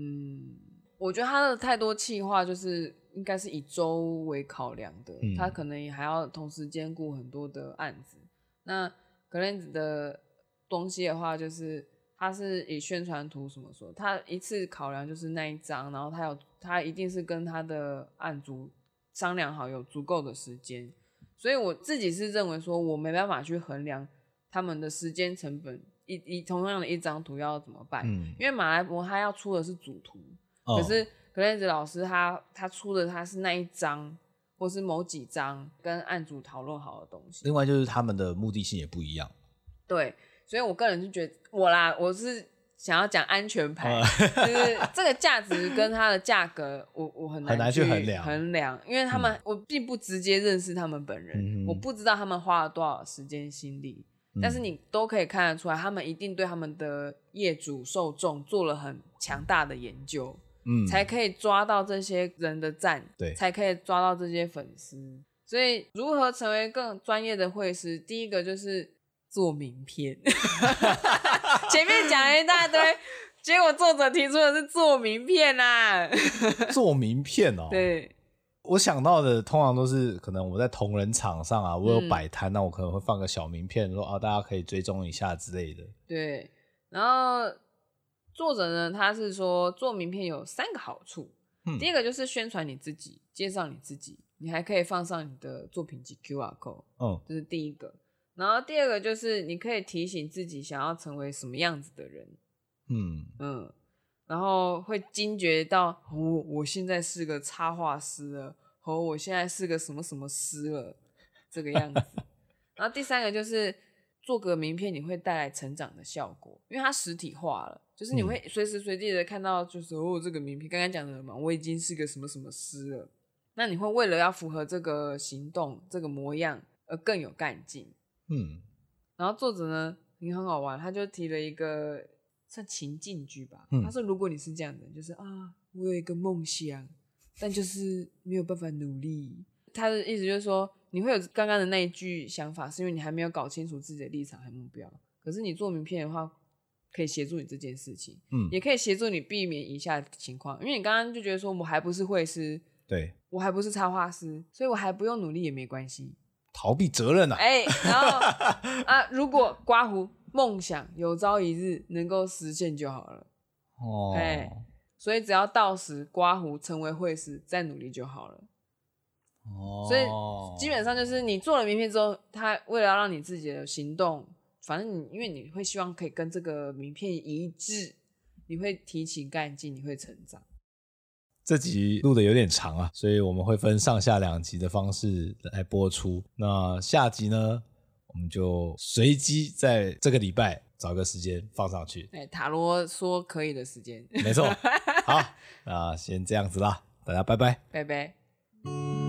[SPEAKER 2] 我觉得他的太多气话就是应该是以周为考量的，
[SPEAKER 1] 嗯
[SPEAKER 2] 他可能也还要同时兼顾很多的案子。那格林子的东西的话，就是他是以宣传图什么说，他一次考量就是那一张，然后他有他一定是跟他的案主商量好有足够的时间，所以我自己是认为说我没办法去衡量他们的时间成本。一一同样的一张图要怎么办？
[SPEAKER 1] 嗯，
[SPEAKER 2] 因为马来模他要出的是主图，
[SPEAKER 1] 哦
[SPEAKER 2] 可是格雷子老师他他出的他是那一张或是某几张跟案主讨论好的东西，
[SPEAKER 1] 另外就是他们的目的性也不一样。
[SPEAKER 2] 对，所以我个人就觉得我啦，我是想要讲安全
[SPEAKER 1] 哦
[SPEAKER 2] 牌，就是这个价值跟它的价格，我我很
[SPEAKER 1] 很
[SPEAKER 2] 难
[SPEAKER 1] 难
[SPEAKER 2] 去
[SPEAKER 1] 去衡量嗯
[SPEAKER 2] 衡量，因为他们、我并不直接认识他们本人，
[SPEAKER 1] 嗯哼
[SPEAKER 2] 我不知道他们花了多少时间心力，但是
[SPEAKER 1] 嗯
[SPEAKER 2] 你都可以看得出来，他们一定对他们的业主受众做了很强大的研究，
[SPEAKER 1] 嗯
[SPEAKER 2] 才可以抓到这些人的赞，
[SPEAKER 1] 对
[SPEAKER 2] 才可以抓到这些粉丝。所以，如何成为更专业的会师，第一个就是做名片。 前面讲了一大堆，结果作者提出的是做名片啦、
[SPEAKER 1] 哦做名片哦。，
[SPEAKER 2] 对，
[SPEAKER 1] 我想到的通常都是可能我在同人场上啊，我
[SPEAKER 2] 嗯
[SPEAKER 1] 有摆摊，那我可能会放个小名片，说啊大家可以追踪一下之类的。
[SPEAKER 2] 对，然后作者呢，他是说做名片有三个好处，
[SPEAKER 1] 嗯
[SPEAKER 2] 第一个就是宣传你自己，介绍你自己，你还可以放上你的作品集 QR code，
[SPEAKER 1] 嗯
[SPEAKER 2] 这是第一个。然后第二个就是你可以提醒自己想要成为什么样子的人，
[SPEAKER 1] 嗯，
[SPEAKER 2] 嗯，然后会惊觉到哦，我现在是个插画师了，哦，我现在是个什么什么师了，这个样子。然后第三个就是做个名片，你会带来成长的效果，因为它实体化了，就是你会随时随地的看到，就是、哦，这个名片刚刚讲的嘛，我已经是个什么什么师了。那你会为了要符合这个行动、这个模样而更有干劲。
[SPEAKER 1] 嗯，
[SPEAKER 2] 然后作者呢，你很好玩，他就提了一个算情境剧吧。
[SPEAKER 1] 嗯
[SPEAKER 2] 他说，如果你是这样的，就是啊，我有一个梦想，但就是没有办法努力。他的意思就是说，你会有刚刚的那一句想法，是因为你还没有搞清楚自己的立场和目标。可是你做名片的话，可以协助你这件事情，
[SPEAKER 1] 嗯
[SPEAKER 2] 也可以协助你避免以下情况。因为你刚刚就觉得说，我还不是绘师，
[SPEAKER 1] 对，
[SPEAKER 2] 我还不是插画师，所以我还不用努力也没关系。
[SPEAKER 1] 逃避责任啊，
[SPEAKER 2] 哎、然后啊，如果刮胡梦想有朝一日能够实现就好了，
[SPEAKER 1] 哦，
[SPEAKER 2] 哎所以只要到时刮胡成为会师，再努力就好了。
[SPEAKER 1] 哦，
[SPEAKER 2] 所以基本上就是你做了名片之后，他为了要让你自己的行动，反正你因为你会希望可以跟这个名片一致，你会提起干劲，你会成长。
[SPEAKER 1] 这集录的有点长啊，所以我们会分上下两集的方式来播出。那下集呢，我们就随机在这个礼拜找个时间放上去。
[SPEAKER 2] 哎、塔罗说可以的时间，
[SPEAKER 1] 没错，好，那先这样子啦，大家拜拜。
[SPEAKER 2] 拜拜。
[SPEAKER 1] 嗯。